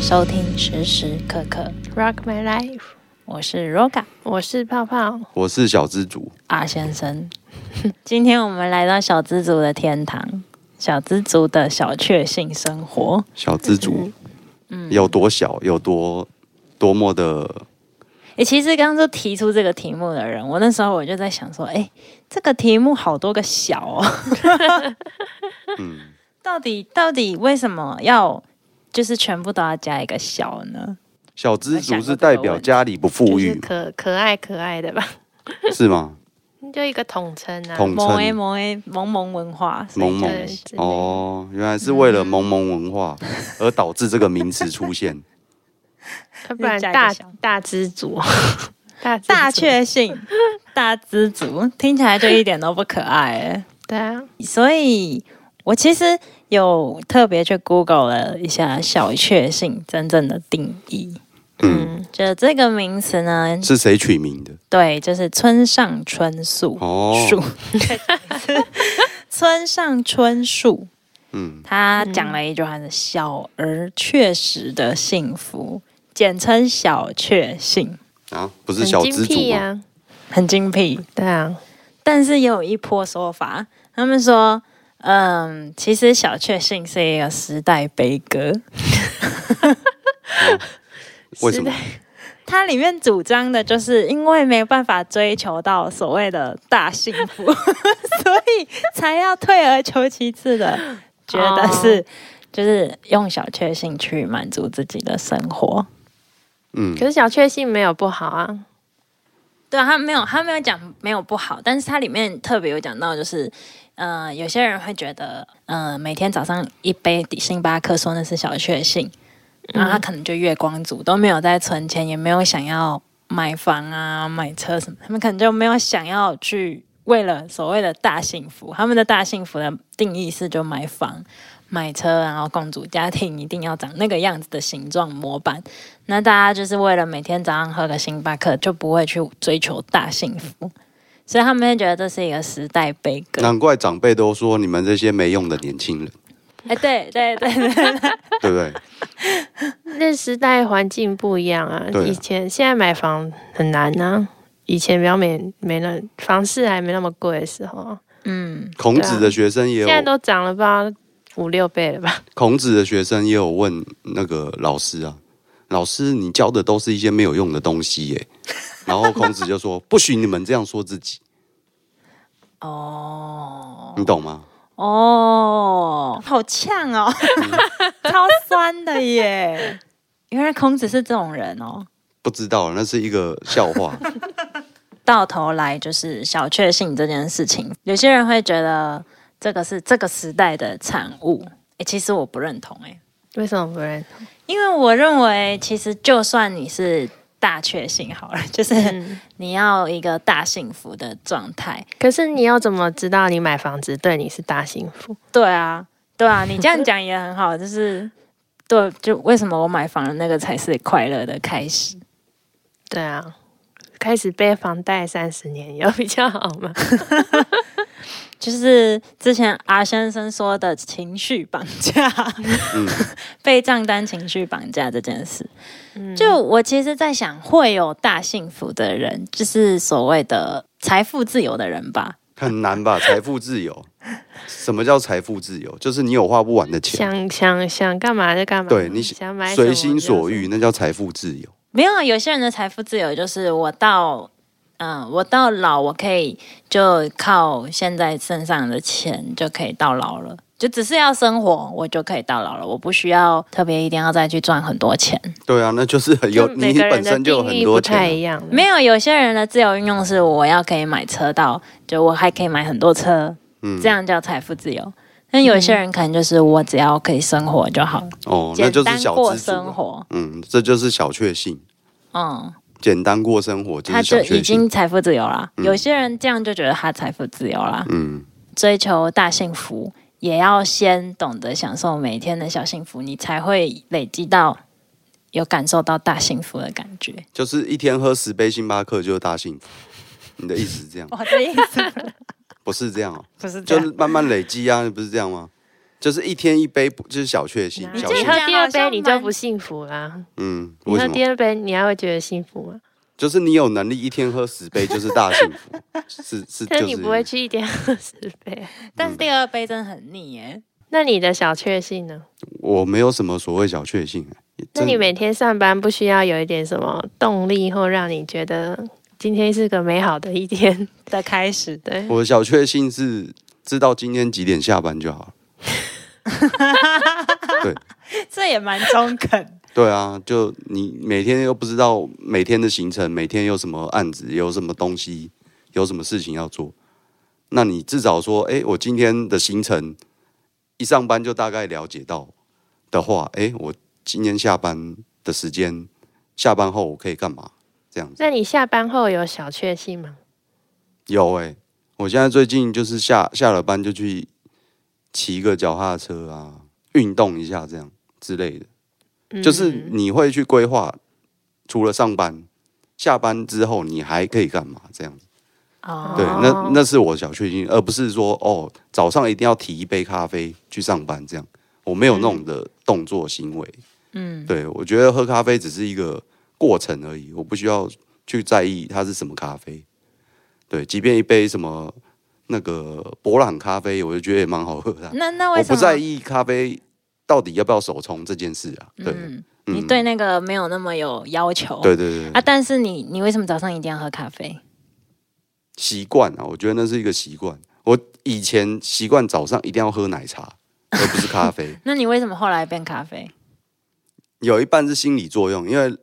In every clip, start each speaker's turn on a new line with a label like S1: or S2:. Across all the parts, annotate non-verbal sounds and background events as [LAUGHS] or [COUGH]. S1: 收听时时刻刻，
S2: Rock My Life，
S1: 我是 Roga
S2: 我是泡泡，
S3: 我是小资主，
S1: 阿先生。 [LAUGHS] 今天我们来到小资族的天堂，小资族的小确幸生活。
S3: 小资主，
S2: 嗯
S3: 有多小，有多多么的，
S1: 诶，其实刚刚就提出这个题目的人，我那时候我就在想说，诶，这个题目好多个小哦， [LAUGHS]
S3: 嗯，
S1: 到底到底为什么要就是全部都要加一个小呢？
S3: 小资主是代表家里不富
S2: 就是
S3: 裕
S2: 可可爱可爱的吧， [LAUGHS]
S3: 是吗？
S2: 就一个统称啊。
S3: 统
S1: 萌 A
S3: 称
S1: 萌 A 萌萌文化，所以
S3: 萌
S1: 就
S3: 萌
S2: 对之类的
S3: 哦，原来是为了萌萌文化
S2: 嗯
S3: 而导致这个名词
S2: [LAUGHS]
S3: 出现。
S2: 要不然
S1: 加一个
S2: 大
S1: 小
S2: 大知足， [LAUGHS] 大知足
S1: 大确幸， [LAUGHS] 大知足，听起来就一点都不可爱欸。
S2: 对啊，
S1: 所以我其实有特别去 Google 了一下“小确幸”真正的定义，
S3: 嗯，
S2: 嗯，
S1: 就这个名词呢，
S3: 是谁取名的？
S1: 对，就是村上春树
S3: 哦，
S1: 树，村上春树
S3: 嗯，
S1: 他讲了一句话是“小而确实的幸福”，简称“小确幸
S3: 啊，不是
S2: 很
S3: 小
S2: 精
S3: 资主
S2: 辟
S3: 吗？
S2: 啊，”，
S1: 很精辟。
S2: 对啊，
S1: 但是也有一波说法，他们说，嗯，其实小确幸是一个时代悲歌，
S3: 为什么？
S1: 它里面主张的就是因为没办法追求到所谓的大幸福， [LAUGHS] 所以才要退而求其次的，觉得是、哦就是用小确幸去满足自己的生活。
S3: 嗯
S2: 可，是小确幸没有不好啊，
S1: 对啊，他没有，他没有讲没有不好，但是它里面特别有讲到，就是，呃，有些人会觉得，呃，每天早上一杯星巴克说那是小确幸，然后他可能就月光族，都没有在存钱，也没有想要买房啊、买车什么，他们可能就没有想要去为了所谓的大幸福，他们的大幸福的定义是就买房、买车，然后共组家庭，一定要长那个样子的形状模板。那大家就是为了每天早上喝个星巴克，就不会去追求大幸福，所以他们会觉得这是一个时代悲歌。
S3: 难怪长辈都说你们这些没用的年轻人，
S1: [LAUGHS] 哎、对对对对
S3: 对
S2: [LAUGHS]
S3: 不对？
S2: 那时代环境不一样啊
S3: 对，啊
S2: 以前现在买房很难啊，以前比较没没那房市还没那么贵的时候，
S1: 嗯，
S3: 孔子的学生也
S2: 啊现在
S3: 有，
S2: 都涨了吧五六倍了吧？
S3: 孔子的学生也有问那个老师啊，老师你教的都是一些没有用的东西耶。 [LAUGHS] 然后孔子就说：“不许你们这样说自己，
S1: 哦
S3: 你懂吗
S1: 哦，好呛 [LAUGHS] 哦，超酸的耶！原来孔子是这种人哦。？”
S3: 不知道，那是一个笑话。
S1: 到头来就是小确幸这件事情，有些人会觉得这个是这个时代的产物，哎、其实我不认同哎、
S2: 为什么不认同？
S1: 因为我认为，其实就算你是大确幸好了，就是
S2: 嗯，
S1: 你要一个大幸福的状态。
S2: 可是你要怎么知道你买房子对你是大幸福？
S1: 对啊，对啊，你这样讲也很好，就是 [LAUGHS] 对，就为什么我买房的那个才是快乐的开始？
S2: 对啊，开始背房贷三十年有比较好
S3: [LAUGHS]
S2: 吗？
S1: 就是之前阿先生说的情绪绑架， [LAUGHS] 被账单情绪绑架这件事。就我其实，在想，会有大幸福的人，就是所谓的财富自由的人吧？
S3: 很难吧？财富自由，什么叫财富自由？就是你有花不完的钱，
S2: 想想想干嘛就干嘛，
S3: 对你
S2: 想买什么
S3: 随心所
S2: 就
S3: 欲，那叫财富自由。
S1: 没有，啊有些人的财富自由就是我到，嗯、我到老我可以就靠现在身上的钱就可以到老了，就只是要生活，我就可以到老了，我不需要特别一定要再去赚很多钱。
S3: 对啊，那就是很
S2: 是
S3: 有
S2: 就
S3: 你
S2: 每个人
S3: 本
S2: 的
S3: 身就有
S2: 定
S3: 很
S2: 义不
S3: 多
S2: 太
S3: 钱
S2: 一
S3: 啊。
S2: 样，
S1: 没有，有些人的自由运用是我要可以买车到，就我还可以买很多车，
S3: 嗯
S1: 这样叫财富自由。但有些人可能就是我只要可以生活就好，
S3: 哦，那
S1: 简
S3: 就是
S1: 单
S3: 小
S1: 过
S3: 资主
S1: 生
S3: 啊。
S1: 活，
S3: 嗯，这就是小确幸，
S1: 嗯。
S3: 简单过生活就
S1: 他
S3: 是
S1: 就
S3: 小
S1: 已
S3: 确
S1: 经
S3: 幸。
S1: 财富自由啦。有些人这样就觉得他财富自由啦，
S3: 嗯，
S1: 追求大幸福也要先懂得享受每天的小幸福，你才会累积到有感受到大幸福的感觉。
S3: 就是一天喝十杯星巴克就是大幸福。你的
S2: [LAUGHS]
S3: 意思是这样？
S1: 我的意思
S3: 不是这样哦，
S1: 不是这
S3: 就
S1: 样，
S3: 是慢慢累积啊，不是这样吗？就是一天一杯，就是小确幸。
S2: 你
S3: 小
S1: 这
S3: 确
S1: 样
S2: 喝
S3: 幸，
S1: 讲
S2: 第
S1: 好
S2: 二杯
S1: 像
S2: 你就
S1: 蛮
S2: 不幸福啦。
S3: 嗯，
S2: 你
S3: 为
S2: 喝
S3: 什
S2: 第
S3: 么？
S2: 二杯，你还会觉得幸福啊吗？
S3: 就是你有能力一天喝十杯，就是大幸福。 [LAUGHS] 是
S2: [LAUGHS]
S3: 是，
S2: 但
S3: 就是
S2: 你
S3: 是
S2: 不会去一天喝十杯。
S1: 但是第二杯真的很腻耶。
S2: 那你的小确幸呢？
S3: 我没有什么所谓小确幸。啊
S2: 那你
S3: 真
S2: 每天上班不需要有一点什么动力，或让你觉得今天是个美好的一天？
S1: 的开始，
S2: 对，
S3: 我的小确幸是知道今天几点下班就好
S2: [LAUGHS]
S3: 了。对
S1: [LAUGHS] 这也蛮中肯。
S3: 对啊，就你每天又不知道每天的行程，每天有什么案子，有什么东西，有什么事情要做，那你至少说，哎、我今天的行程一上班就大概了解到的话，哎、我今天下班的时间，下班后我可以干嘛？这样子
S2: 那你下班后有小确幸吗？
S3: 有哎、我现在最近就是下下了班就去骑个脚踏车啊，运动一下这样之类的。
S2: 嗯
S3: 就是你会去规划，除了上班，下班之后你还可以干嘛？这样子，
S1: 哦
S3: 对，那那是我的小确幸，而不是说哦，早上一定要提一杯咖啡去上班这样，我没有那种的动作行为。
S1: 嗯，
S3: 对我觉得喝咖啡只是一个过程而已，我不需要去在意它是什么咖啡。对，即便一杯什么那个博朗咖啡，我就觉得也蛮好喝的啊。
S1: 那嗯那为
S3: 我
S1: 什么
S3: 不在意咖啡到底要不要手冲这件事啊。对，
S1: 嗯，你对那个没有那么有要求。
S3: 对对对对
S1: 啊，但是你你为什么早上一定要喝咖啡？。
S3: 习惯啊，我觉得那是一个习惯。我以前习惯早上一定要喝奶茶，而不是咖啡
S1: [LAUGHS] 那你为什么后来变咖啡？
S3: 有一半是心理作用，因为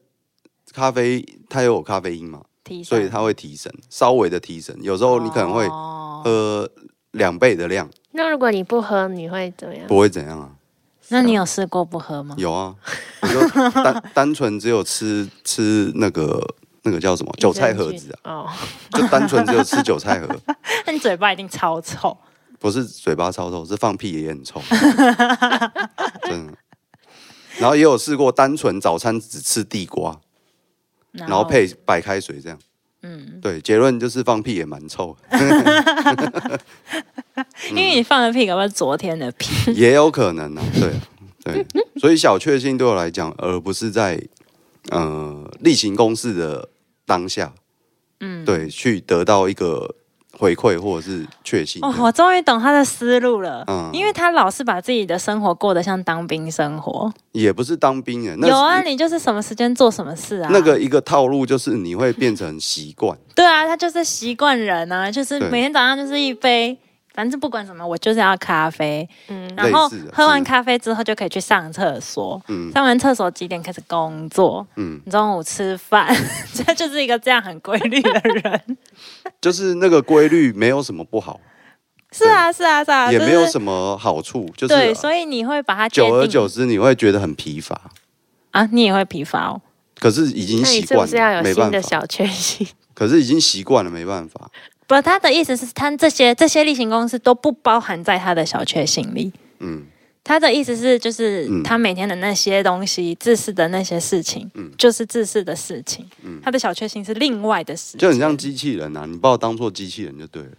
S3: 咖啡它有咖啡因嘛，
S1: 提神
S3: 所以它会提神，稍微的提神。有时候你可能会
S1: 哦，
S3: 喝两倍的量，
S2: 那如果你不喝，你会怎么样？
S3: 不会怎样啊。
S1: 那你有试过不喝吗？
S3: 有啊，我就单 [LAUGHS] 单纯只有吃吃那个那个叫什么
S2: 益
S3: 韭菜
S2: 生
S3: 盒
S2: 菌
S3: 子啊，
S2: 哦，
S3: 就单纯只有吃韭菜盒， [LAUGHS]
S1: 那你嘴巴一定超臭。
S3: 不是嘴巴超臭，是放屁也很臭，真的。然后也有试过单纯早餐只吃地瓜，
S1: 然
S3: 然后配白开水这样。
S1: 嗯，
S3: 对，结论就是放屁也蛮臭，
S1: 因为你放的屁，搞不好昨天的屁。
S3: 也有可能啊。对啊对，所以小确幸对我来讲，而不是在呃例行公事的当下，
S1: 嗯，
S3: 对，去得到一个回馈或者是确信。
S1: 哦，我终于懂他的思路了。
S3: 嗯
S1: 因为他老是把自己的生活过得像当兵生活。
S3: 也不是当兵人，那
S1: 有啊，
S3: 是
S1: 你就是什么时间做什么事啊。
S3: 那个一个套路就是你会变成习
S2: [LAUGHS]
S3: 惯。
S1: 对啊，他就是习惯人啊，就是
S3: 对
S1: 每天早上就是一杯，反正不管什么，我就是要咖啡。
S2: 嗯，
S1: 然后
S3: 类似的
S1: 喝完
S3: 是
S1: 咖啡之后就可以去上厕所，
S3: 嗯
S1: 上完厕所几点开始工作，
S3: 嗯，
S1: 中午吃饭， [LAUGHS] 他就是一个这样很规律的人。 [LAUGHS]
S3: 就是那个规律没有什么不好，
S1: 是啊，是啊，是啊，
S3: 也
S1: 就
S3: 没有
S1: 是
S3: 什么好处，就是
S1: 对，所以你会把它界
S3: 久而
S1: 定
S3: 久之你会觉得很疲乏，
S1: 啊，你也会疲乏哦。
S3: 可是已经
S2: 那你
S3: 习
S2: 是不
S3: 惯
S2: 是要
S3: 了，
S2: 有
S3: 没
S2: 新
S3: 办
S2: 的
S3: 法。
S2: 小确幸？
S3: 可是已经习惯了，没办法。
S1: 不，他的意思是，他这些这些例行公事都不包含在他的小确幸里。
S3: 嗯，
S1: 他的意思是，就是
S3: 嗯
S1: 他每天的那些东西，自私的那些事情，就是自私的事情。他的小确幸是另外的事情，
S3: 嗯就很像机器人啊，你把我当做机器人就对了。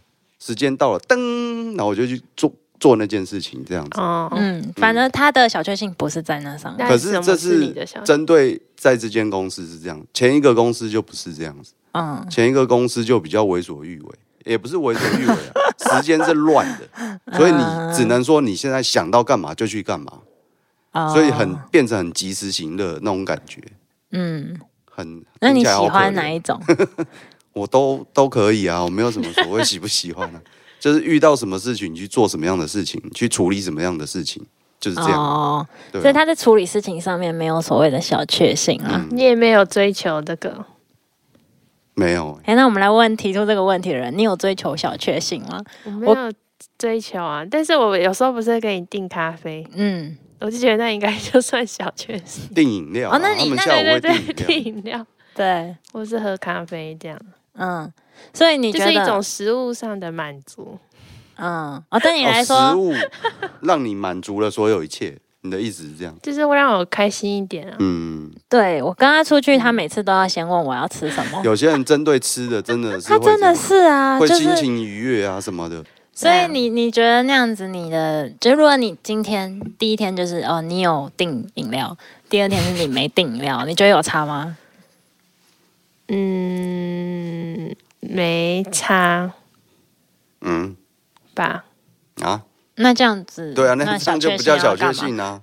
S3: 时间到了，噔，然后我就去做做那件事情，这样子。
S2: 哦，
S1: 嗯，反正他的小确幸不是在那上面。
S2: 那
S3: 可
S2: 什
S3: 是
S2: 么
S3: 这
S2: 是你
S3: 是
S2: 的小确幸
S3: 针对在这间公司是这样，前一个公司就不是这样子，
S1: 嗯
S3: 前一个公司就比较为所欲为，也不是为所欲为啊，时间是乱的，所以你只能说你现在想到干嘛就去干嘛。
S1: 哦
S3: 所以很变成很及时行乐那种感觉，
S1: 嗯，
S3: 很。
S1: 那你
S3: 听
S1: 喜
S3: 起来好可
S1: 欢哪
S3: 怜
S1: 一种？
S3: 我都都可以啊，我没有什么所谓喜不喜欢啊， [LAUGHS] 就是遇到什么事情你去做什么样的事情，去处理什么样的事情，就是这样。
S1: 哦，
S3: 对啊
S1: 所以他在处理事情上面没有所谓的小确幸
S3: 嗯
S1: 啊。
S2: 你也没有追求这个，
S3: 没有
S1: 哎、那我们来问提出这个问题的人，你有追求小确幸吗？
S2: 我没有追求啊。但是我有时候不是会给你订咖啡，
S1: 嗯，
S2: 我就觉得那应该就算小确幸。
S3: 订饮料啊，
S1: 哦那你那
S3: 他们下
S2: 对
S3: 午会
S2: 对对，
S3: 订
S2: 订
S3: 饮料，
S2: 饮料
S1: 对，
S2: 或是喝咖啡这样，
S1: 嗯，所以你
S2: 就
S1: 觉
S2: 是
S1: 得，
S2: 一种食物上的满足。
S1: 嗯，哦，对你
S3: 哦
S1: 来说，
S3: 食物让你满足了所有一切，你的意思是这样？
S2: 就是会让我开心一点啊。
S3: 嗯，
S1: 对我跟他出去，他每次都要先问我要
S3: [LAUGHS]
S1: 吃什么。
S3: 有些人针对吃的真的是
S1: 他
S3: 会
S1: 真的
S3: 这样
S1: 是啊，
S3: 会
S1: 就
S3: 心
S1: 是
S3: 情愉悦啊什么的，
S1: 所以你你觉得那样子，你的就如果你今天第一天就是哦，你有订饮料，第二天是你没订饮料，你觉得有差吗？
S2: 嗯，没差
S3: 嗯
S2: 吧？
S3: 啊，
S1: [LAUGHS] 那这样子，
S3: 对啊，那这
S1: 嗯小
S3: 样就
S1: 确
S3: 不叫
S1: 幸
S3: 小
S1: 要
S3: 确
S1: 干嘛
S3: 幸啊。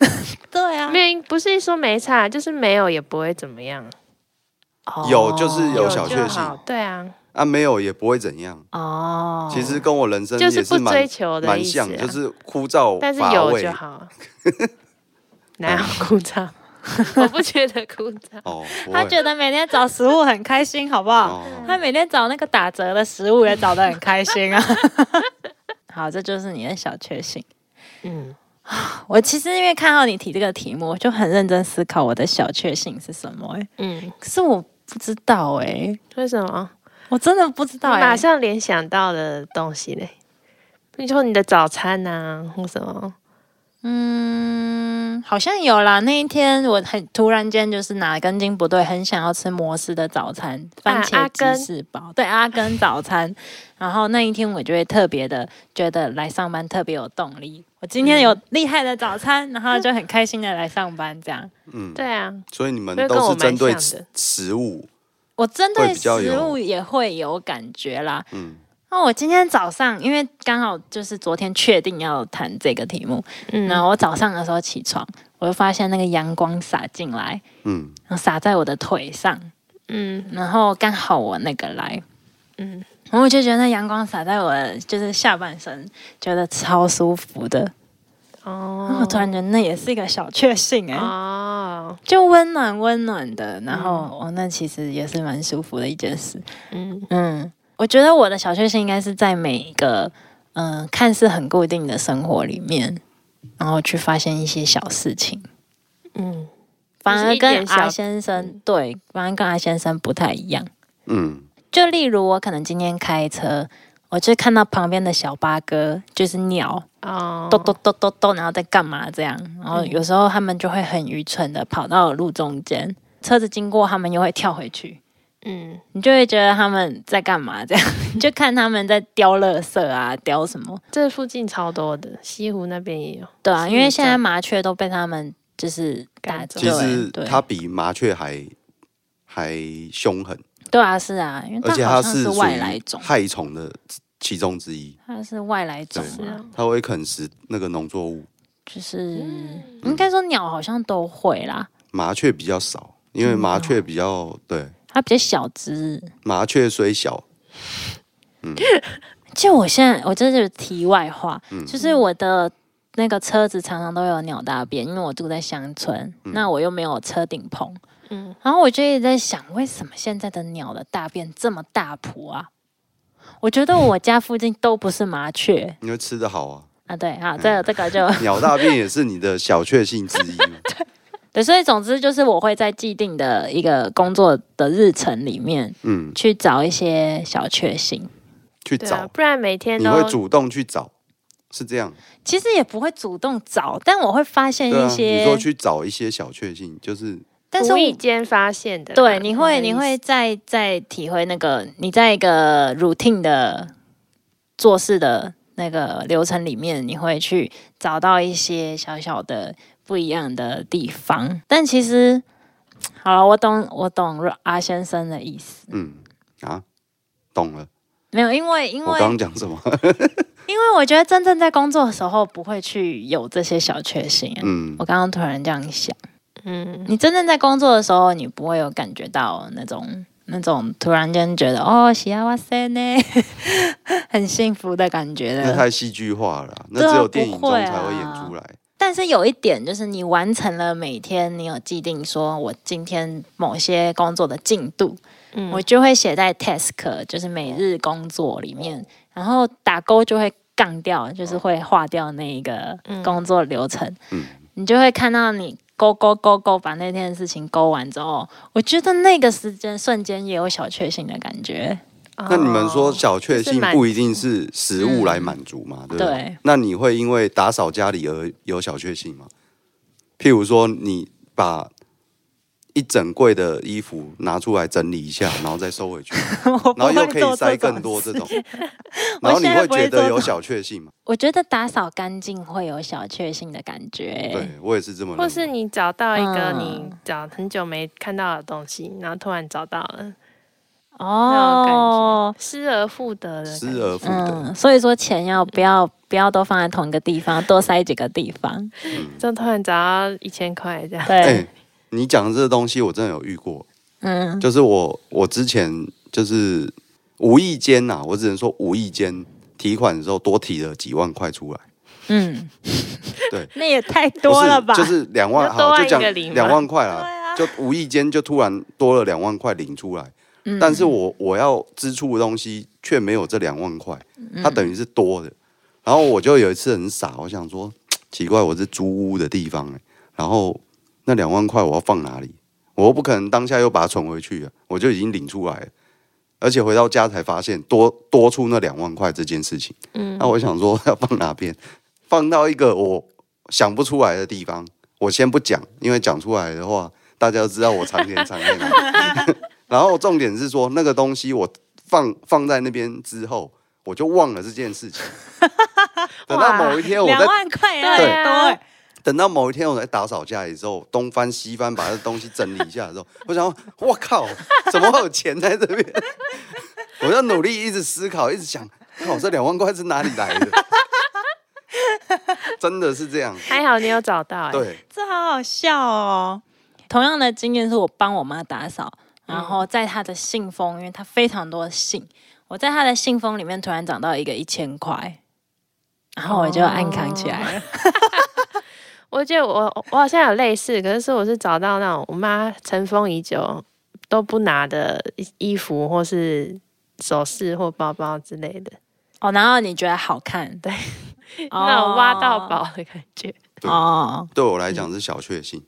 S1: 对啊，
S2: 没有，不是说没差，就是没有也不会怎么样，
S3: 有就是有小
S2: 哦就
S3: 确幸
S2: 好对啊，
S3: 啊，没有也不会怎样。
S1: 哦，
S3: 其实跟我人生
S2: 就
S3: 也
S2: 是不
S3: 蛮
S2: 追求的
S3: 蛮
S2: 意思
S3: 像，
S2: 啊
S3: 就是枯燥
S2: 但是
S3: 乏
S2: 有
S3: 味嗯
S2: 就好
S3: [LAUGHS]
S2: 啊。哪有枯燥？我不觉得枯燥。
S3: 哦。不
S1: 他
S3: 会
S1: 觉得每天找食物很开心，好不好？
S3: 哦
S1: 他每天找那个打折的食物也找得很开心啊。好，这就是你的小确幸。
S2: 嗯，
S1: [SIGHS] 我其实因为看到你提这个题目，我就很认真思考我的小确幸是什么、欸。
S2: 嗯，
S1: 可是我不知道哎、
S2: 为什么？
S1: 我真的不知道、
S2: 你
S1: 欸。
S2: 马上联想到的东西嘞，比如说你的早餐呐、或什么，
S1: 嗯，好像有啦。那一天我很突然间就是哪根筋不对，很想要吃摩斯的早餐，
S3: 啊
S1: 番
S2: 阿
S1: 茄
S2: 根
S1: 鸡翅堡，对阿根早
S3: [LAUGHS]
S1: 餐。然后那一天我就会特别的觉得来上班特别有动力。我今
S3: 嗯
S1: 天有厉害的早餐，然后就很开心的来上班。这
S3: [LAUGHS]
S1: 样，
S3: 嗯，
S2: 对啊，
S3: 所以你们
S2: 那跟
S3: 都
S2: 我蛮
S3: 是针对
S2: 像
S3: 食
S2: 的
S3: 食物，
S1: 我针
S3: 会
S1: 对
S3: 比较有
S1: 食物也会有感觉啦。
S3: 嗯，
S1: 那我今天早上，因为刚好就是昨天确定要谈这个题目，
S2: 嗯，
S1: 然后我早上的时候起床，我就发现那个阳光洒进来，
S3: 嗯，
S1: 然后洒在我的腿上，
S2: 嗯
S1: 然后刚好我那个来，
S2: 嗯，
S1: 然后我就觉得那阳光洒在我的就是下半身，觉得超舒服的。然后
S2: 哦
S1: 我突然觉得那也是一个小确幸哎、
S2: 哦，
S1: 就温暖温暖的。然后哦，那其实也是蛮舒服的一件事。
S2: 嗯
S1: 嗯，我觉得我的小确幸应该是在每一个嗯、呃看似很固定的生活里面，然后去发现一些小事情。
S2: 嗯，
S1: 反而
S2: 一点
S1: 跟
S2: 嗯
S1: 阿
S2: 小
S1: 先生对，反而跟阿先生不太一样。
S3: 嗯，
S1: 就例如我可能今天开车，我就看到旁边的小八哥就是鸟，
S2: 哦，
S1: 咚咚咚咚咚，然后在干嘛这样？然后
S3: 嗯
S1: 有时候他们就会很愚蠢的跑到路中间，车子经过他们又会跳回去，
S2: 嗯
S1: 你就会觉得他们在干嘛这样？ [LAUGHS] 你就看他们在叼垃圾啊，叼什么？
S2: 这附近超多的，西湖那边也有，
S3: 嗯
S1: 对啊，
S2: 是
S1: 因为现在
S2: 这
S1: 麻雀都被他们就是打
S2: 赶
S1: 走
S2: 走
S3: 其实
S1: 对
S3: 它比麻雀还还凶狠，
S1: 对啊，是啊，因
S2: 嗯
S1: 为
S3: 而且
S1: 它好
S3: 它
S1: 像
S3: 是属
S1: 外来
S3: 于
S1: 种，
S3: 害虫的其中之一，
S1: 它是外来种
S2: 是
S1: 啊
S2: 啊，，
S3: 它会啃食那个农作物。
S1: 就是
S3: 嗯
S1: 应该说鸟好像都会啦。
S3: 麻雀比较少，因为麻雀比
S2: 嗯哦
S3: 较对，
S1: 它比较小只。
S3: 麻雀虽小，
S1: 就我现在，我这是题外话，
S3: 嗯
S1: 就是我的那个车子常常都有鸟大便，因为我住在乡村，
S3: 嗯
S1: 那我又没有车顶棚，
S2: 嗯
S1: 然后我就一直在想，为什么现在的鸟的大便这么大坨啊？我觉得我家附近都不是麻雀
S3: 因为吃得好啊，
S1: 啊，对，好，这个这个就
S3: 鸟大便也是你的小确幸之一
S2: [LAUGHS]
S3: 嘛。
S1: 对，所以总之就是我会在既定的一个工作的日程里面
S3: 嗯，
S1: 去找一些小确幸，
S3: 去
S2: 对啊，
S3: 找，
S2: 不然每天
S3: 你
S2: 都
S3: 会主动去找，是这样。
S1: 其实也不会主动找，但我会发现
S3: 对啊，
S1: 嗯一
S3: 你
S1: 些，
S3: 说去找一些小确幸，就是
S1: 但是
S2: 无
S1: 我
S2: 意间发现的啦，
S1: 对，你
S2: 那
S1: 会
S2: 个
S1: 你
S2: 意
S1: 会
S2: 思
S1: 再再体会那个你在一个 routine 的做事的那个流程里面，你会去找到一些小小的不一样的地方。但其实，好了，我懂我懂阿先生的意思，
S3: 嗯啊，懂了。
S1: 没有，因为因
S3: 我
S1: 为
S3: 刚刚讲什么？
S1: 因为我觉得真正在工作的时候不会去有这些小确幸。啊
S3: 嗯
S1: 我刚刚突然这样想。
S2: 嗯
S1: 你真正在工作的时候，你不会有感觉到那种那种突然间觉得哦，喜啊哇塞呢， [LAUGHS] 很幸福的感觉
S3: 那
S1: 的。
S3: 太戏剧化了啦，那
S1: 对啊
S3: 只有电影
S1: 不
S3: 中
S1: 会啊
S3: 才会演出来。
S1: 但是有一点就是，你完成了每天你有既定说我今天某些工作的进度，
S2: 嗯，
S1: 我就会写在 task，就是每日工作里面，然后打勾就会杠掉，就是会划掉那一个工作流程。
S3: 嗯
S1: 你就会看到你勾勾勾勾把那天的事情勾完之后，我觉得那个时间瞬间也有小确幸的感觉。
S3: 那你们说
S2: 哦
S3: 小确
S2: 就是
S3: 幸
S2: 满
S3: 不一定是食物来满足嘛？对不
S1: 对 [LAUGHS]
S3: 对？那你会因为打扫家里而有小确幸吗？譬如说，你把一整柜的衣服拿出来整理一下，然后再收回去，
S1: 我不
S3: 然后
S1: 会
S3: 又可以
S1: 做这
S3: 塞
S1: 种
S3: 更多这
S1: 事 [LAUGHS]
S3: 种，然后你
S1: 现在
S3: 会
S1: 不
S3: 觉
S1: 会
S3: 得
S1: 做
S3: 有
S1: 这种
S3: 小确幸
S1: [LAUGHS]
S3: 嘛？
S1: 我觉得打扫干净会有小确幸的感觉。
S3: 对我也是这么
S2: 或
S3: 认
S2: 是
S3: 为。
S2: 你找到一个你
S1: 嗯
S2: 找很久没看到的东西，然后突然找到了，那种
S1: 哦，
S2: 失而复得的感
S3: 失
S2: 觉，
S3: 而复得，
S1: 嗯，所以说钱要不要不要都放在同一个地方，多塞几个地方。
S2: 就突然找到一千块这样。
S1: 对，
S3: 哎、你讲的这个东西我真的有遇过，
S1: 嗯，
S3: 就是我我之前就是无意间呐、我只能说无意间提款的时候多提了几万块出来，
S1: 嗯，
S3: 对，
S1: 那也太
S3: 不
S1: 多
S3: 是
S1: 了吧？
S3: 就是两万，
S2: 多
S3: 好
S2: 按
S3: 就
S2: 一
S3: 讲
S2: 个零
S3: 两
S2: 嘛
S3: 万块啦，就无意间就突然多了两万块领出来，
S2: 嗯
S3: 但是我我要支出的东西却没有这两万块，
S2: 嗯
S3: 它等于是多的。然后我就有一次很傻，我想说奇怪，我是租屋的地方、欸、然后那两万块我要放哪里？我又不可能当下又把它存回去啊，我就已经领出来了，而且回到家才发现多多出那两万块这件事情。嗯，那我想说 [LAUGHS] 要放哪边？放到一个我想不出来的地方，我先不讲，因为讲出来的话，大家都知道我常年常年。
S1: [LAUGHS]
S3: [LAUGHS] 然后重点是说，那个东西我放放在那边之后，我就忘了这件
S1: [LAUGHS]
S3: 事情。等到某一天我
S1: 两
S3: 在
S1: 万块也
S2: 对
S1: 很多、欸。
S3: 等到某一天我在打扫家里之后，东翻西翻把这东西整理一下的时候， [LAUGHS] 我想说，我靠，怎么会有钱在这边？ [LAUGHS] 我要努力一直思考，一直想，靠，这两万块是哪里来的？ [LAUGHS] 真的是这样，
S2: 还好你有找到、哎，
S3: 对，
S1: 这好好笑哦。同样的经验是我帮我妈打扫，然后在她的信封，因为她非常多信，我在她的信封里面突然找到一个一千块，然后我就暗扛起来了。
S2: 我觉得我我好像有类似，可是是我是找到那种我妈尘封已久都不拿的衣服或是首饰或包包之类的，
S1: 哦然后你觉得好看，
S2: 对，
S1: 哦
S2: 那种挖到宝的感
S1: [LAUGHS]
S2: 觉。
S1: 哦，
S3: 对我来讲是小确幸，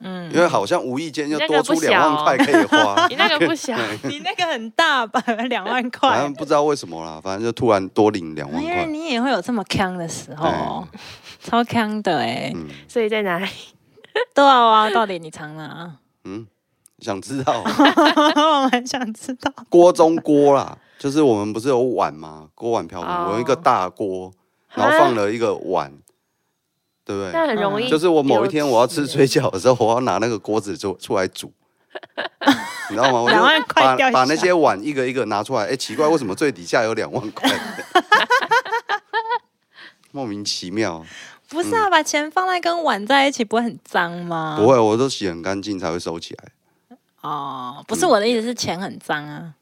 S1: 嗯，
S3: 因为好像无意间就
S2: 你那
S3: 多
S2: 个
S3: 出
S2: 不小
S3: 两万块可以花
S2: 你，那个不小，
S1: 你那个很大吧，两万
S3: 反
S1: 块
S3: 正，不知道为什么啦，反正就突然多领两万
S1: 因为
S3: 块，
S1: 哎你也会有这么坑的时候哦，超坑的哎、
S3: 嗯
S2: 所以在哪里？
S1: 对啊，到底你藏哪？
S3: 嗯，想知
S1: [LAUGHS]
S3: 道。
S1: 我蛮想知道。
S3: 锅中锅啦， [LAUGHS] 就是我们不是有碗吗？锅碗瓢盆，
S2: 哦
S3: 我用一个大锅，然后放了一个碗，对不
S2: 那
S3: 对？
S2: 很容易。
S3: 就是我某一天我要吃水饺的时候，我要拿那个锅
S1: [LAUGHS]
S3: 子就出来煮， [LAUGHS] 你知道吗？我就
S1: 两万块
S3: 把
S1: 掉下
S3: 把那些碗一个一个拿出来，哎，奇怪，为什么最底下有两万块？
S1: [LAUGHS]
S3: 莫名其妙，
S1: 不是啊，把钱放在跟碗在一起不会很脏吗？
S3: 嗯不会，我都洗很干净才会收起来。
S1: 哦，不是我的意思是钱很脏啊。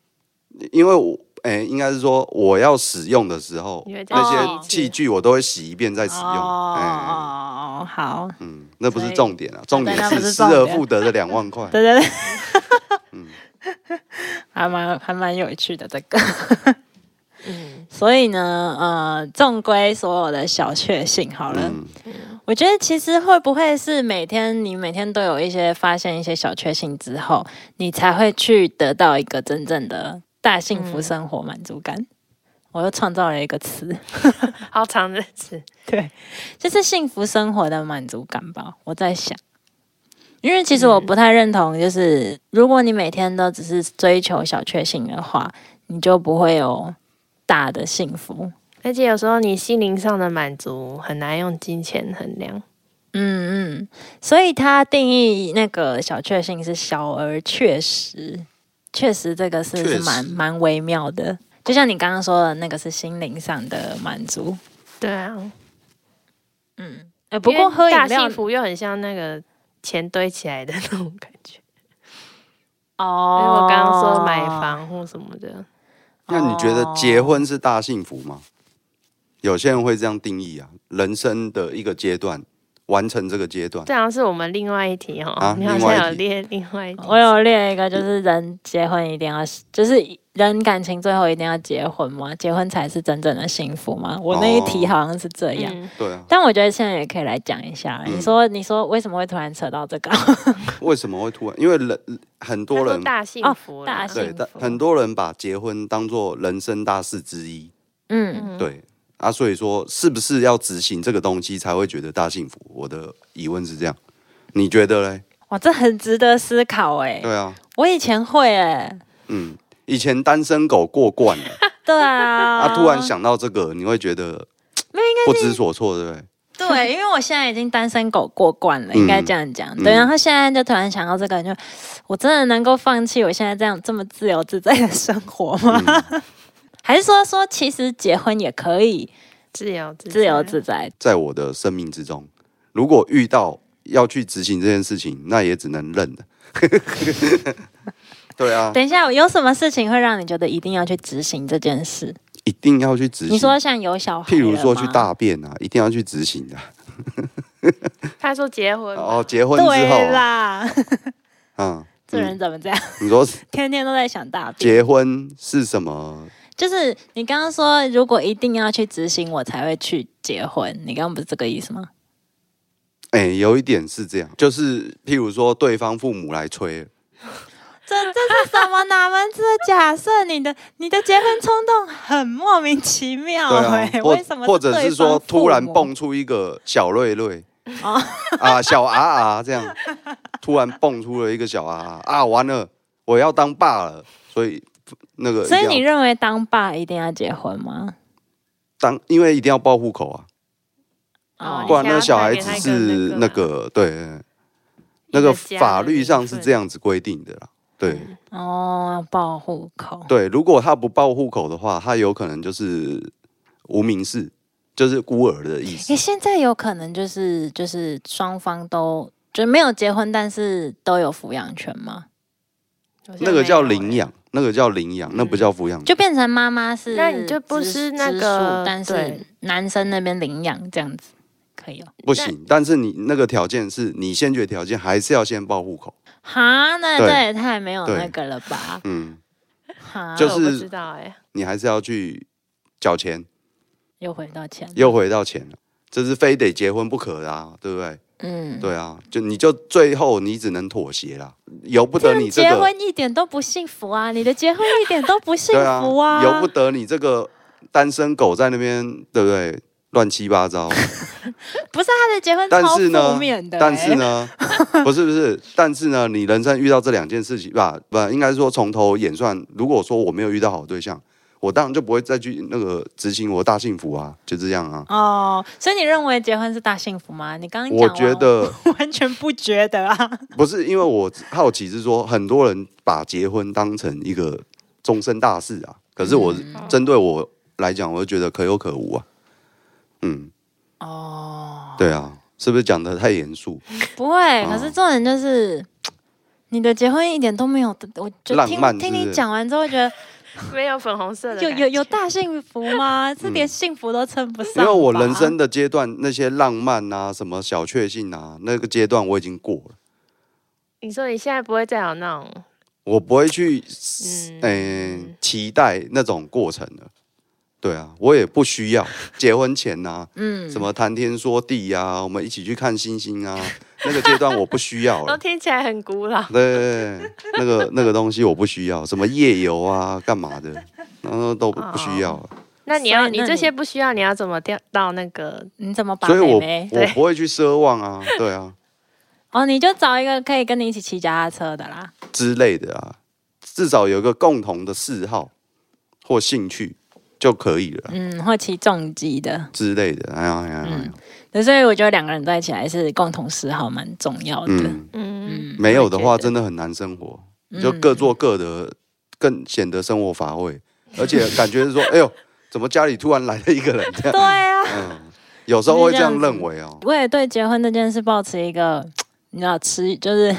S3: 因为我诶、应该是说我要使用的时候
S2: 你会，再洗
S3: 那
S2: 一
S3: 些
S2: 次
S3: 器具我都会洗一遍嗯再使用。诶
S1: 哦，好，
S3: 嗯，那不是
S1: 所以
S3: 重点啊，重点
S1: 那不
S3: 是
S1: 是
S3: 失
S1: 重点
S3: 而复得的两万块。
S1: 对对对，
S3: 嗯
S1: [LAUGHS] 还蛮还蛮有趣的这个。
S2: 嗯，
S1: 所以呢，呃，纵归所有的小确幸好了，
S3: 嗯，
S1: 我觉得其实会不会是每天你每天都有一些发现一些小确幸之后，你才会去得到一个真正的大幸福生活满足感？我又创造了一个词，
S2: [LAUGHS] 好长日子。
S1: 对，就是幸福生活的满足感吧。我在想，因为其实我不太认同，就是、如果你每天都只是追求小确幸的话，你就不会有大的幸福。
S2: 而且有时候你心灵上的满足很难用金钱衡量。
S1: 嗯嗯，所以他定义那个小确幸是小而确实，确实这个是
S3: 确
S1: 是
S3: 实
S1: 蛮蛮微妙的。就像你刚刚说的那个是心灵上的满足，
S2: 对啊，
S1: 呃，不
S2: 因
S1: 过
S2: 为
S1: 喝饮
S2: 大
S1: 料
S2: 幸福又很像那个钱堆起来的 [LAUGHS] 那种感觉。因为
S1: 哦
S2: 我刚刚说买房或什么的，
S3: 那你觉得结婚是大幸福吗？有些人会这样定义啊，人生的一个阶段，完成这个阶段，
S2: 这好像是我们另外一题哦。[LAUGHS]
S3: 啊
S2: 你好
S3: 另外一题
S2: 像有列另外一题。
S1: [LAUGHS] 哦我有列一个，就是人结婚一定要，就是人感情最后一定要结婚吗？结婚才是真正的幸福吗？我那一题
S3: 哦
S1: 好像是这样，
S2: 嗯，
S3: 对啊，
S1: 但我觉得现在也可以来讲一下。
S3: 嗯
S1: 你说，你说为什么会突然扯到这个？ [LAUGHS]
S3: 为什么会突然？因为人很多
S2: 他
S3: 人
S2: 说大幸福啦，
S1: 哦大幸
S3: 对，但
S1: 福
S3: 很多人把结婚当做人生大事之一，
S1: 嗯，
S3: 对啊，所以说是不是要执行这个东西才会觉得大幸福？我的疑问是这样，你觉得嘞？
S1: 哇，这很值得思考哎、
S3: 对啊，
S1: 我以前会哎、
S3: 嗯，以前单身狗过惯了，
S1: 对 [LAUGHS] 啊，
S3: [LAUGHS] 啊，突然想到这个，你会觉得不知所措，对不对？
S1: 对，因为我现在已经单身狗过惯了，
S3: 嗯
S1: 应该这样讲。
S3: 嗯
S1: 对，然后现在就突然想到这个，就我真的能够放弃我现在这样这么自由自在的生活吗？
S3: 嗯
S1: [LAUGHS] 还是说说其实结婚也可以
S2: 自由自在
S1: 自由自在？
S3: 在我的生命之中，如果遇到要去执行这件事情，那也只能认了。 [LAUGHS] 对啊，
S1: 等一下，有什么事情会让你觉得一定要去执行这件事？
S3: 一定要去执行。
S1: 你说像有小孩，
S3: 譬如说去，大便啊，一定要去执行的。
S2: 他说结婚嘛
S3: 哦，结婚之后
S1: 对，啦，
S3: 嗯，
S1: 这人怎么这样？ [LAUGHS]
S3: 你说
S1: 天天都在想大便。
S3: 结婚是什么？
S1: 就是你刚刚说，如果一定要去执行，我才会去结婚。你刚刚不是这个意思吗？
S3: 哎、有一点是这样，就是譬如说对方父母来催，
S1: 这这是什么哪门子的假设？你的 [LAUGHS] 你的结婚冲动很莫名其
S2: 哦
S1: 妙哎、
S2: [LAUGHS]
S3: 对啊，
S1: 为什么？
S3: 或者是说突然，蹦出一个小瑞瑞
S1: 哦
S3: 啊小 [LAUGHS] 啊啊这样，突然蹦出了一个小啊啊啊，完了，我要当爸了，所以那个一定
S1: 所
S3: 要
S1: 以你认为当爸一定要结婚吗？
S3: 当因为一定要报户口啊，
S2: 哦
S3: 不然
S2: 你想
S3: 那
S2: 要
S3: 小
S2: 带
S3: 孩
S2: 给
S3: 只
S2: 他一个
S3: 是
S2: 那
S3: 那
S2: 个
S3: 个对那个法律上是这
S2: 样，
S3: 样子规定的啦。对
S2: 嗯
S1: 哦，要报户口，
S3: 对，如果他不报户口的话，他有可能就是无名氏，就是孤儿的
S1: 诶，
S3: 意思。
S1: 现在有可能就是就是双方都就没有结婚，但是都有抚养权吗？
S2: 好像
S3: 那个叫
S2: 没有
S3: 领养，那个叫领养，那不叫抚养。
S1: 欸嗯就变成妈妈是直，
S2: 那你就不是那
S1: 直
S2: 个
S1: 属但是
S2: 对
S1: 男生那边领养这样子可以哦。
S3: 不行，但是你那个条件是你先决条件还是要先报户口，
S1: 哈，那
S3: 对
S1: 这也太没有
S3: 对
S1: 那个了吧？
S3: 嗯，
S1: 哈，
S2: 欸，
S3: 就
S2: 我不
S3: 是
S2: 知道哎，
S3: 你还是要去缴钱，
S1: 又回到钱，
S3: 又回到钱了，这是非得结婚不可的啊，对不对？
S1: 嗯，
S3: 对啊，就你就最后你只能妥协啦，由不得你这
S1: 结
S3: 个，
S1: 婚一点都不幸福啊！你的结婚一点都不幸
S3: 对
S1: 福
S3: 啊，
S1: 啊！
S3: 由不得你这个单身狗在那边，对不对？乱七八糟，
S1: 不是他的结婚
S3: [LAUGHS] 但
S1: 超
S3: 是
S1: 负
S3: 呢
S1: 面，的、
S3: 但是，呢，欸 [LAUGHS] 不是不是，但是呢，你人生遇到这两件事情吧，不应该说从头演算。如果说我没有遇到好对象，我当然就不会再去那个执行我的大幸福啊，就这样啊。
S1: 哦，所以你认为结婚是大幸福吗？你刚刚讲
S3: 我
S1: 完
S3: 觉得
S1: 我完全不觉得啊！
S3: 不是，因为我好奇是说，很多人把结婚当成一个终身大事啊，可是我针对我来讲，我就觉得可有可无啊。嗯，
S1: 哦，
S3: 对啊，是不是讲的太严肃？
S1: 不会，
S3: 哦
S1: 可是重点就是。你的结婚一点都没有，我就
S3: 浪
S1: 听
S3: 漫
S1: 听
S3: 是不
S1: 你
S3: 是
S1: 讲完之后，觉得
S2: 没有粉红色的 [LAUGHS]
S1: 有
S2: 感觉，
S1: 有有大幸福吗？是连幸福都称不上吧。
S3: 因为嗯我人生的阶段，那些浪漫啊、什么小确幸啊，那个阶段我已经过了。
S2: 你说你现在不会再有那种
S3: 我不会去，嗯、
S2: 嗯
S3: 期待那种过程了。对啊，我也不需要结婚前呐、
S1: 嗯
S3: 什么谈天说地啊，我们一起去看星
S1: [LAUGHS]
S3: 星啊，那个阶段我不需要
S2: 都
S3: 了。
S2: 听起来很古老。
S3: [LAUGHS] 对对对，那个那个东西我不需要，什么夜游啊，干嘛的，然后都
S1: 哦
S3: 不不需要了。
S2: 那你要
S1: 所以
S2: 你
S1: 那
S2: 这
S1: 你
S2: 些不需要，你要怎么调到那个？
S1: 你怎么把
S3: 所以我
S1: 妹妹
S3: 我不会去奢望啊，对啊
S1: 哦，你就找一个可以跟你一起骑脚踏车的啦。
S3: 之类的啊，至少有一个共同的嗜好或兴趣就可以了啊
S1: 嗯，或骑重机的，
S3: 之类的。哎呀哎呀哎
S1: 嗯
S3: 呀，
S1: 对，所以我觉得两个人在一起还是共同嗜好蛮重要的。
S3: 嗯。
S2: 嗯，
S3: 没有的
S2: 我
S3: 话，
S2: 也觉得
S3: 真的很难生活，
S1: 嗯
S3: 就各做各的，更显得生活乏味，而且感觉是说， [LAUGHS] 哎呦，怎么家里突然来了一个人？
S1: [LAUGHS]
S3: 这
S1: 对
S3: 样，
S1: 啊，
S3: 嗯，有时候会这样认为哦。
S1: 我也对结婚这件事保持一个你知道迟就是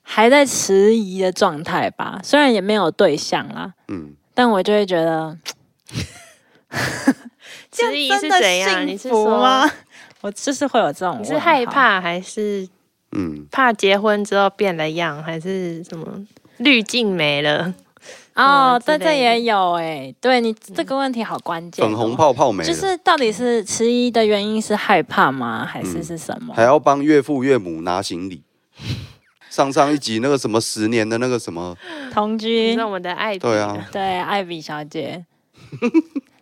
S1: 还在迟疑的状态吧。虽然也没有对象啦，
S3: 嗯，
S1: 但我就会觉得
S2: 质疑是怎样？你是
S1: 福
S2: 说
S1: 吗？？ [LAUGHS] 我就是会有这种，
S2: 你是害？怕还是
S3: 嗯，
S2: 怕结婚之后变了样，还是什么滤镜没了？
S1: 嗯哦，
S2: 什
S1: 对，
S2: 么之
S1: 这
S2: 类的嗯
S1: 也有哎、对你这个问题好关键哦、
S3: 粉红泡泡没
S1: 就
S3: 了，
S1: 是到底是迟疑的原因是害怕吗？还是是什么？
S3: 嗯还要帮岳父岳母拿行李。上上一集那个什么十年的那个什么，
S1: 同
S2: 你
S1: 居
S2: 是？我们的爱
S3: 对啊，
S1: 对，艾比小姐，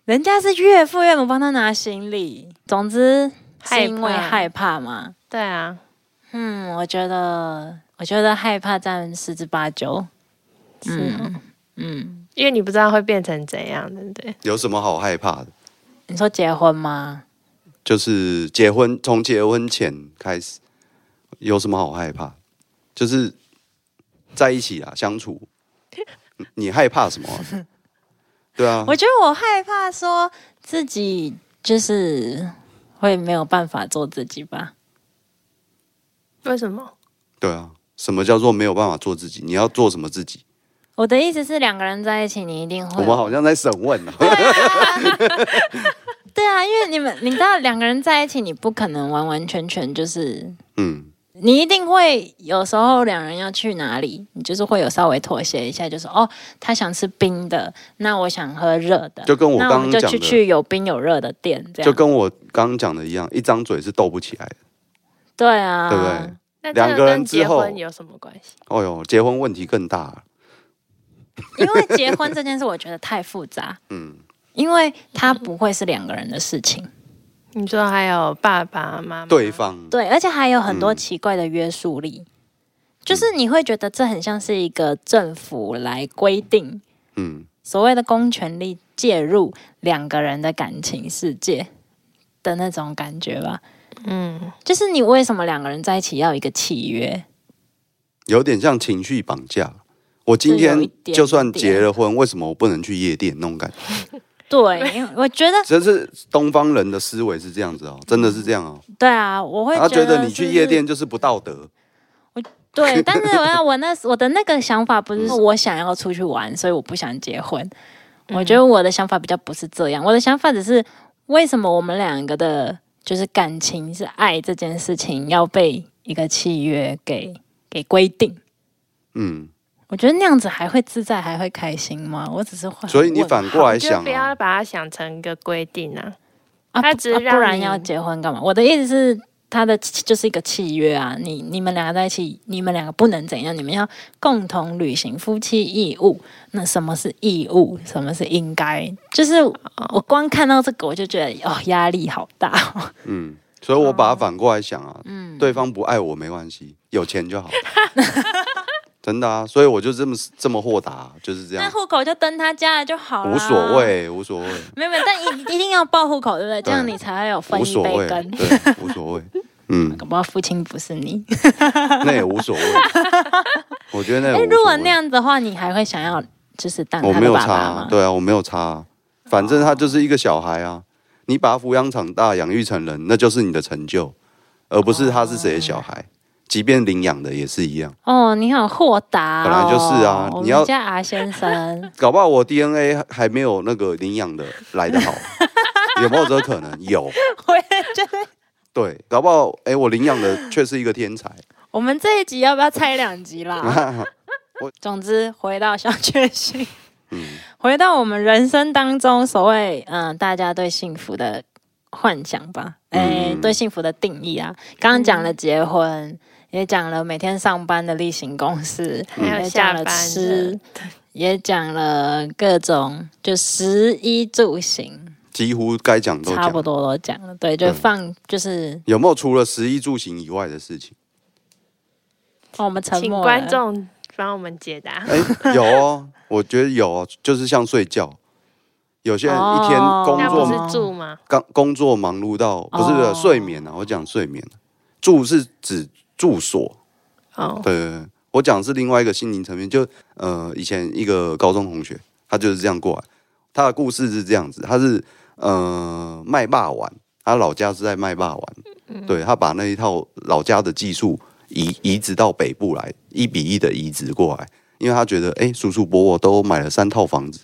S1: 人家是岳父岳母帮她拿行李。总之是因为
S2: 害怕
S1: 害怕嘛。
S2: 对啊，
S1: 嗯，我觉得，我我觉得害怕占十之八九。
S2: 是嗯嗯，因为你不知道会变成怎样，对不对？
S3: 有什么好害怕的？
S1: 你说结婚吗？
S3: 就是结婚，从结婚前开始，有什么好害怕？就是在一起啊，相处，你你害怕什么啊、
S1: [LAUGHS]
S3: 对啊，
S1: 我觉得我害怕说自己就是会没有办法做自己吧。
S2: 为什么？
S3: 对啊，什么叫做没有办法做自己？你要做什么自己？
S1: 我的意思是，两个人在一起，你一定
S3: 我
S1: 会
S3: 们好像在审问
S1: [LAUGHS]
S3: 啊。
S1: 对啊，因为你们，你知道，两个人在一起，你不可能完完全全就是，
S3: [LAUGHS] 嗯，
S1: 你一定会有时候两人要去哪里，你就是会有稍微妥协一下，就是哦，他想吃冰的，那我想喝热的，
S3: 就跟我
S1: 那
S3: 刚
S1: 们就
S3: 刚讲
S1: 去
S3: 的
S1: 去有冰有热的店，这
S3: 就
S1: 样
S3: 跟我刚刚讲的一样，一张嘴是斗不起来的，
S1: 对啊，
S3: 对不对？
S2: 那
S3: 两
S2: 这
S3: 个
S2: 跟
S3: 人之
S2: 结
S3: 后
S2: 婚有什么关系？
S3: 哦哟，结婚问题更大啊了。
S1: 因为结婚这件事，我觉得太复杂，
S3: 嗯，
S1: 因为它不会是两个人的事情，
S2: 你说还有爸爸妈
S1: 嗯
S2: 妈，
S3: 对方
S1: 对，而且还有很多
S3: 嗯
S1: 奇怪的约束力，就是你会觉得这很像是一个政府来规定。
S3: 嗯，
S1: 所谓的公权力介入两个人的感情世界的那种感觉吧。
S2: 嗯，
S1: 就是你为什么两个人在一起要有一个契约？
S3: 有点像情绪绑架。我今
S1: 这有
S3: 天
S1: 一点
S3: 就算结了婚，为什么我不能去夜店那种感觉？
S1: 对，因为 [LAUGHS] 我觉得
S3: 这是东方人的思维是这样子哦，真的是这样哦。
S1: 对啊，我会
S3: 他觉
S1: 得
S3: 得你去
S1: 是
S3: 夜店就是不道德， [LAUGHS]
S1: 对，但是我要我那我的那个想法不是
S3: 嗯
S1: 说我想要出去玩，所以我不想结婚。我觉得我的想法比较不是这样，我的想法只是为什么我们两个的就是感情是爱这件事情要被一个契约给给规定。
S3: 嗯，
S1: 我觉得那样子还会自在，还会开心吗？我只是会很问号，
S3: 所以你反过来
S2: 你就
S3: 想
S2: 不要
S3: 啊，
S2: 把它想成一个规定啊。
S1: 啊，
S2: 他
S1: 不
S2: 只
S1: 啊
S2: 让
S1: 不然
S2: 你
S1: 要结婚干嘛？我的意思是，他的就是一个契约啊，你你们两个在一起，你们两个不能怎样，你们要共同履行夫妻义务。那什么是义务？什么是应该？就是我光看到这个，我就觉得哦，压力好大、哦。
S3: 嗯，所以我把它反过来想啊，
S1: 嗯
S3: 对方不爱我没关系，有钱就好， [LAUGHS] 真的啊，所以我就这么这么豁达啊，就是这
S1: 那
S3: 样，
S1: 户口就登他家了就好了，
S3: 无所。谓，无所谓，
S1: 没有，没有，但一一定要报户口，对不对？这样你才会有分
S3: 无
S1: 一
S3: 所
S1: 杯
S3: 谓，
S1: 羹。
S3: 对，无所谓，嗯，
S1: 搞不好父亲不是你。
S3: 那也无
S1: [LAUGHS]
S3: 所谓，我觉得那
S1: 哎、
S3: 也无
S1: 如
S3: 所
S1: 果
S3: 谓
S1: 那样子的话，你还会想要就是当
S3: 我
S1: 他
S3: 没
S1: 的
S3: 有
S1: 爸
S3: 差
S1: 爸
S3: 啊
S1: 吗？，
S3: 对啊，我没有差啊，反正他就是一个小孩啊，你把他抚养长大，养育成人，那就是你的成就，而不是他是谁的小孩，即便领养的也是一样。
S1: 哦，你好豁达、哦，
S3: 本来就是啊
S1: 我
S3: 你要
S1: 们家阿先生
S3: 搞不好我 DNA 还还没有那个领养的来得好，有没有这个可能？有，
S1: [LAUGHS] 我也觉得，
S3: 对，搞不好哎、我领养的却是一个天才，
S1: 我们这一集要不要拆两集啦？
S3: [LAUGHS]
S1: 总之，回到小确幸，
S3: 嗯
S1: 回到我们人生当中所谓嗯、呃大家对幸福的幻想吧，哎、
S3: 嗯
S1: 对幸福的定义啊，刚刚讲了结婚。也讲了每天上班的例行公事，
S3: 嗯
S2: 还有
S1: 也讲
S2: 下
S1: 了
S2: 班
S1: 吃
S2: 的，，
S1: 也讲了各种就食衣住行，
S3: 几乎该讲都
S1: 差
S3: 讲
S1: 不
S3: 了。
S1: 多都讲了。对，就
S3: 对
S1: 放就是
S3: 有没有除了食衣住行以外的事情？
S1: 哦我们沉
S2: 请
S1: 默了。
S2: 观众帮我们解答。
S3: 哎、有哦，我觉得有哦，就是像睡觉，有些人一天
S1: 哦
S3: 工
S2: 那
S3: 作
S2: 不
S1: 吗
S2: 是住吗？
S3: 刚工作忙碌到不是、
S1: 哦
S3: 睡眠啊，我讲睡眠，住是指住所，
S2: 哦，
S3: 对对对，我讲的是另外一个心灵层面，就呃以前一个高中同学，他就是这样过来，他的故事是这样子，他是呃卖霸王，他老家是在卖霸王，对他把那一套老家的技术移移植到北部来，一比一的移植过来，因为他觉得哎、叔叔伯伯都买了三套房子。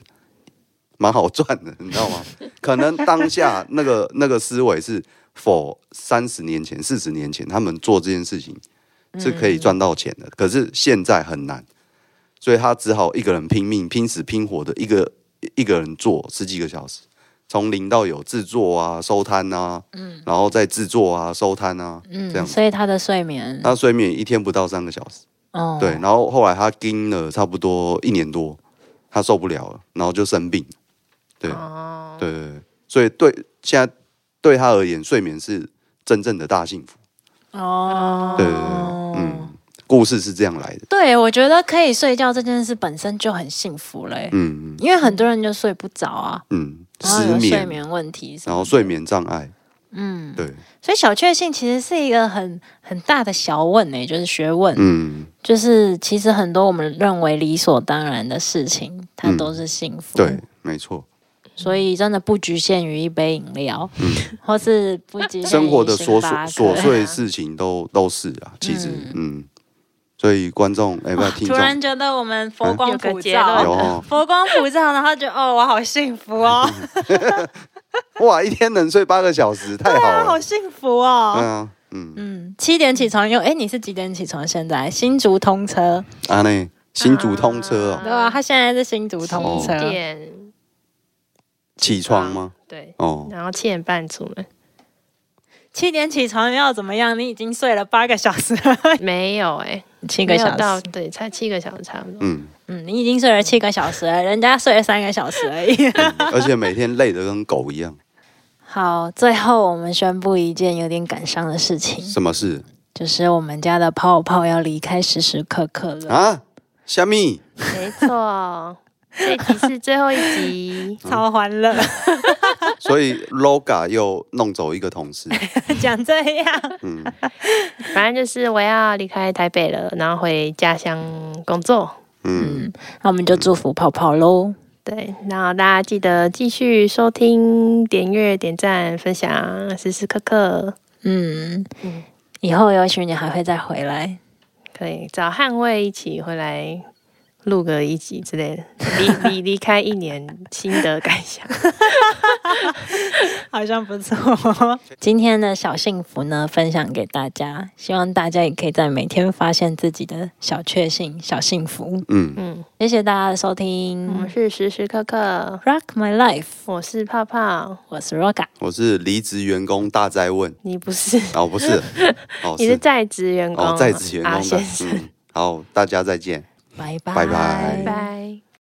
S3: 蛮好赚的，你知道吗？可能当下那个那个思维是否三十年前、四十年前他们做这件事情是可以赚到钱的，可是现在很难，所以他只好一个人拼命、拼死拼活的一个一个人做十几个小时，从零到有制作啊、收摊啊，然后再制作啊、收摊啊，这
S1: 嗯，
S3: 样子。
S1: 所以他的睡眠，
S3: 他睡眠一天不到三个小时，
S1: 哦，
S3: 对，然后后来他盯了差不多一年多，他受不了了，然后就生病，对，
S2: 哦，
S3: 对对对，所以对现在对他而言，睡眠是真正的大幸福。
S1: 哦，
S3: 对对对，嗯，故事是这样来的。
S1: 对，我觉得可以睡觉这件事本身就很幸福嘞、
S3: 嗯嗯
S1: 因为很多人就睡不着啊，
S3: 嗯，
S1: 然后
S3: 失
S1: 有睡
S3: 眠，
S1: 眠问题什么，
S3: 然后睡眠障碍，
S1: 嗯，
S3: 对，
S1: 所以小确幸其实是一个很很大的小问呢、就是学问，
S3: 嗯，
S1: 就是其实很多我们认为理所当然的事情，它
S3: 嗯
S1: 都是幸福，
S3: 对，没错。
S1: 所以真的不局限于一杯饮料， [LAUGHS] 或是不局限于
S3: 嗯生活的琐
S1: 星
S3: 碎
S1: 巴克
S3: 琐碎事情都都是啊，其实嗯，所以观众哎不听
S1: 突
S3: 众
S1: 然觉得我们佛光
S2: 有
S1: 普
S2: 个结论
S1: 照，
S3: 有哦
S1: 佛光普照，然后就哦，我好幸福 [LAUGHS] 哦，
S3: [LAUGHS] 哇，一天能睡八个小时，太
S1: 啊，
S3: 好
S1: 好
S3: 了，
S1: 幸福哦。
S3: 对啊，嗯，
S1: 嗯，七点起床又哎，你是几点起床？现在新竹通车，
S3: 阿内啊新竹通车
S2: 嗯
S3: 哦，
S1: 对啊，他现在是新竹通车，
S2: 七点
S3: 起床吗？？
S2: 对，
S3: 哦，
S2: 然后七点半出门，
S1: 七点起床又要怎么样？你已经睡了八个小时 [LAUGHS] 了，
S2: 没有哎，
S1: 七
S2: 没
S1: 个
S2: 有
S1: 小
S2: 到
S1: 时，
S2: 对，才七个小时差不多。
S3: 嗯，
S1: 嗯，你已经睡了七个小时了，人家睡了三个小时而已。
S3: 嗯
S2: [LAUGHS]
S3: 而且每天累得跟狗一样，
S1: 好，最后我们宣布一件有点感伤的事情，
S3: 什么事
S1: 就是我们家的泡泡要离开时时刻刻了。，
S3: 啊？虾米？
S2: 没错，这集是最后一集
S1: [LAUGHS] 超欢乐，
S3: 所以 LOGA 又弄走一个
S2: [LAUGHS]
S3: 同事，
S1: 讲这样，
S3: 嗯，
S2: 反正就是我要离开台北了，然后回家乡工作。
S3: 嗯，
S1: 那我们就祝福泡泡喽。
S2: 对，然后大家记得继续收听、点阅、点赞、分享，时时刻刻
S1: 嗯，以后也许你还会再回来。
S2: 可以找汉卫一起回来录个一集之 [LAUGHS] 类的，离离离开一年心得感想。
S1: 好像不错。今天的小幸福呢，分享给大家，希望大家也可以在每天发现自己的小确幸、小幸福。
S3: 嗯，
S2: 嗯，
S1: 谢谢大家的收
S2: 我
S1: 听
S2: 们。是时时刻刻，
S1: Rock my life，
S2: 我是泡泡，
S1: 我是 Roga，
S3: 我是离职员工大灾问，
S2: 你不是，
S3: 哦，不是，哦，
S2: [LAUGHS] 你是在职员工，啊
S3: 哦，在职员
S2: 阿
S3: 工的
S2: 先，生，
S3: 嗯，好，大家再见。
S1: 拜拜
S3: 拜
S2: 拜
S3: 拜
S2: 拜。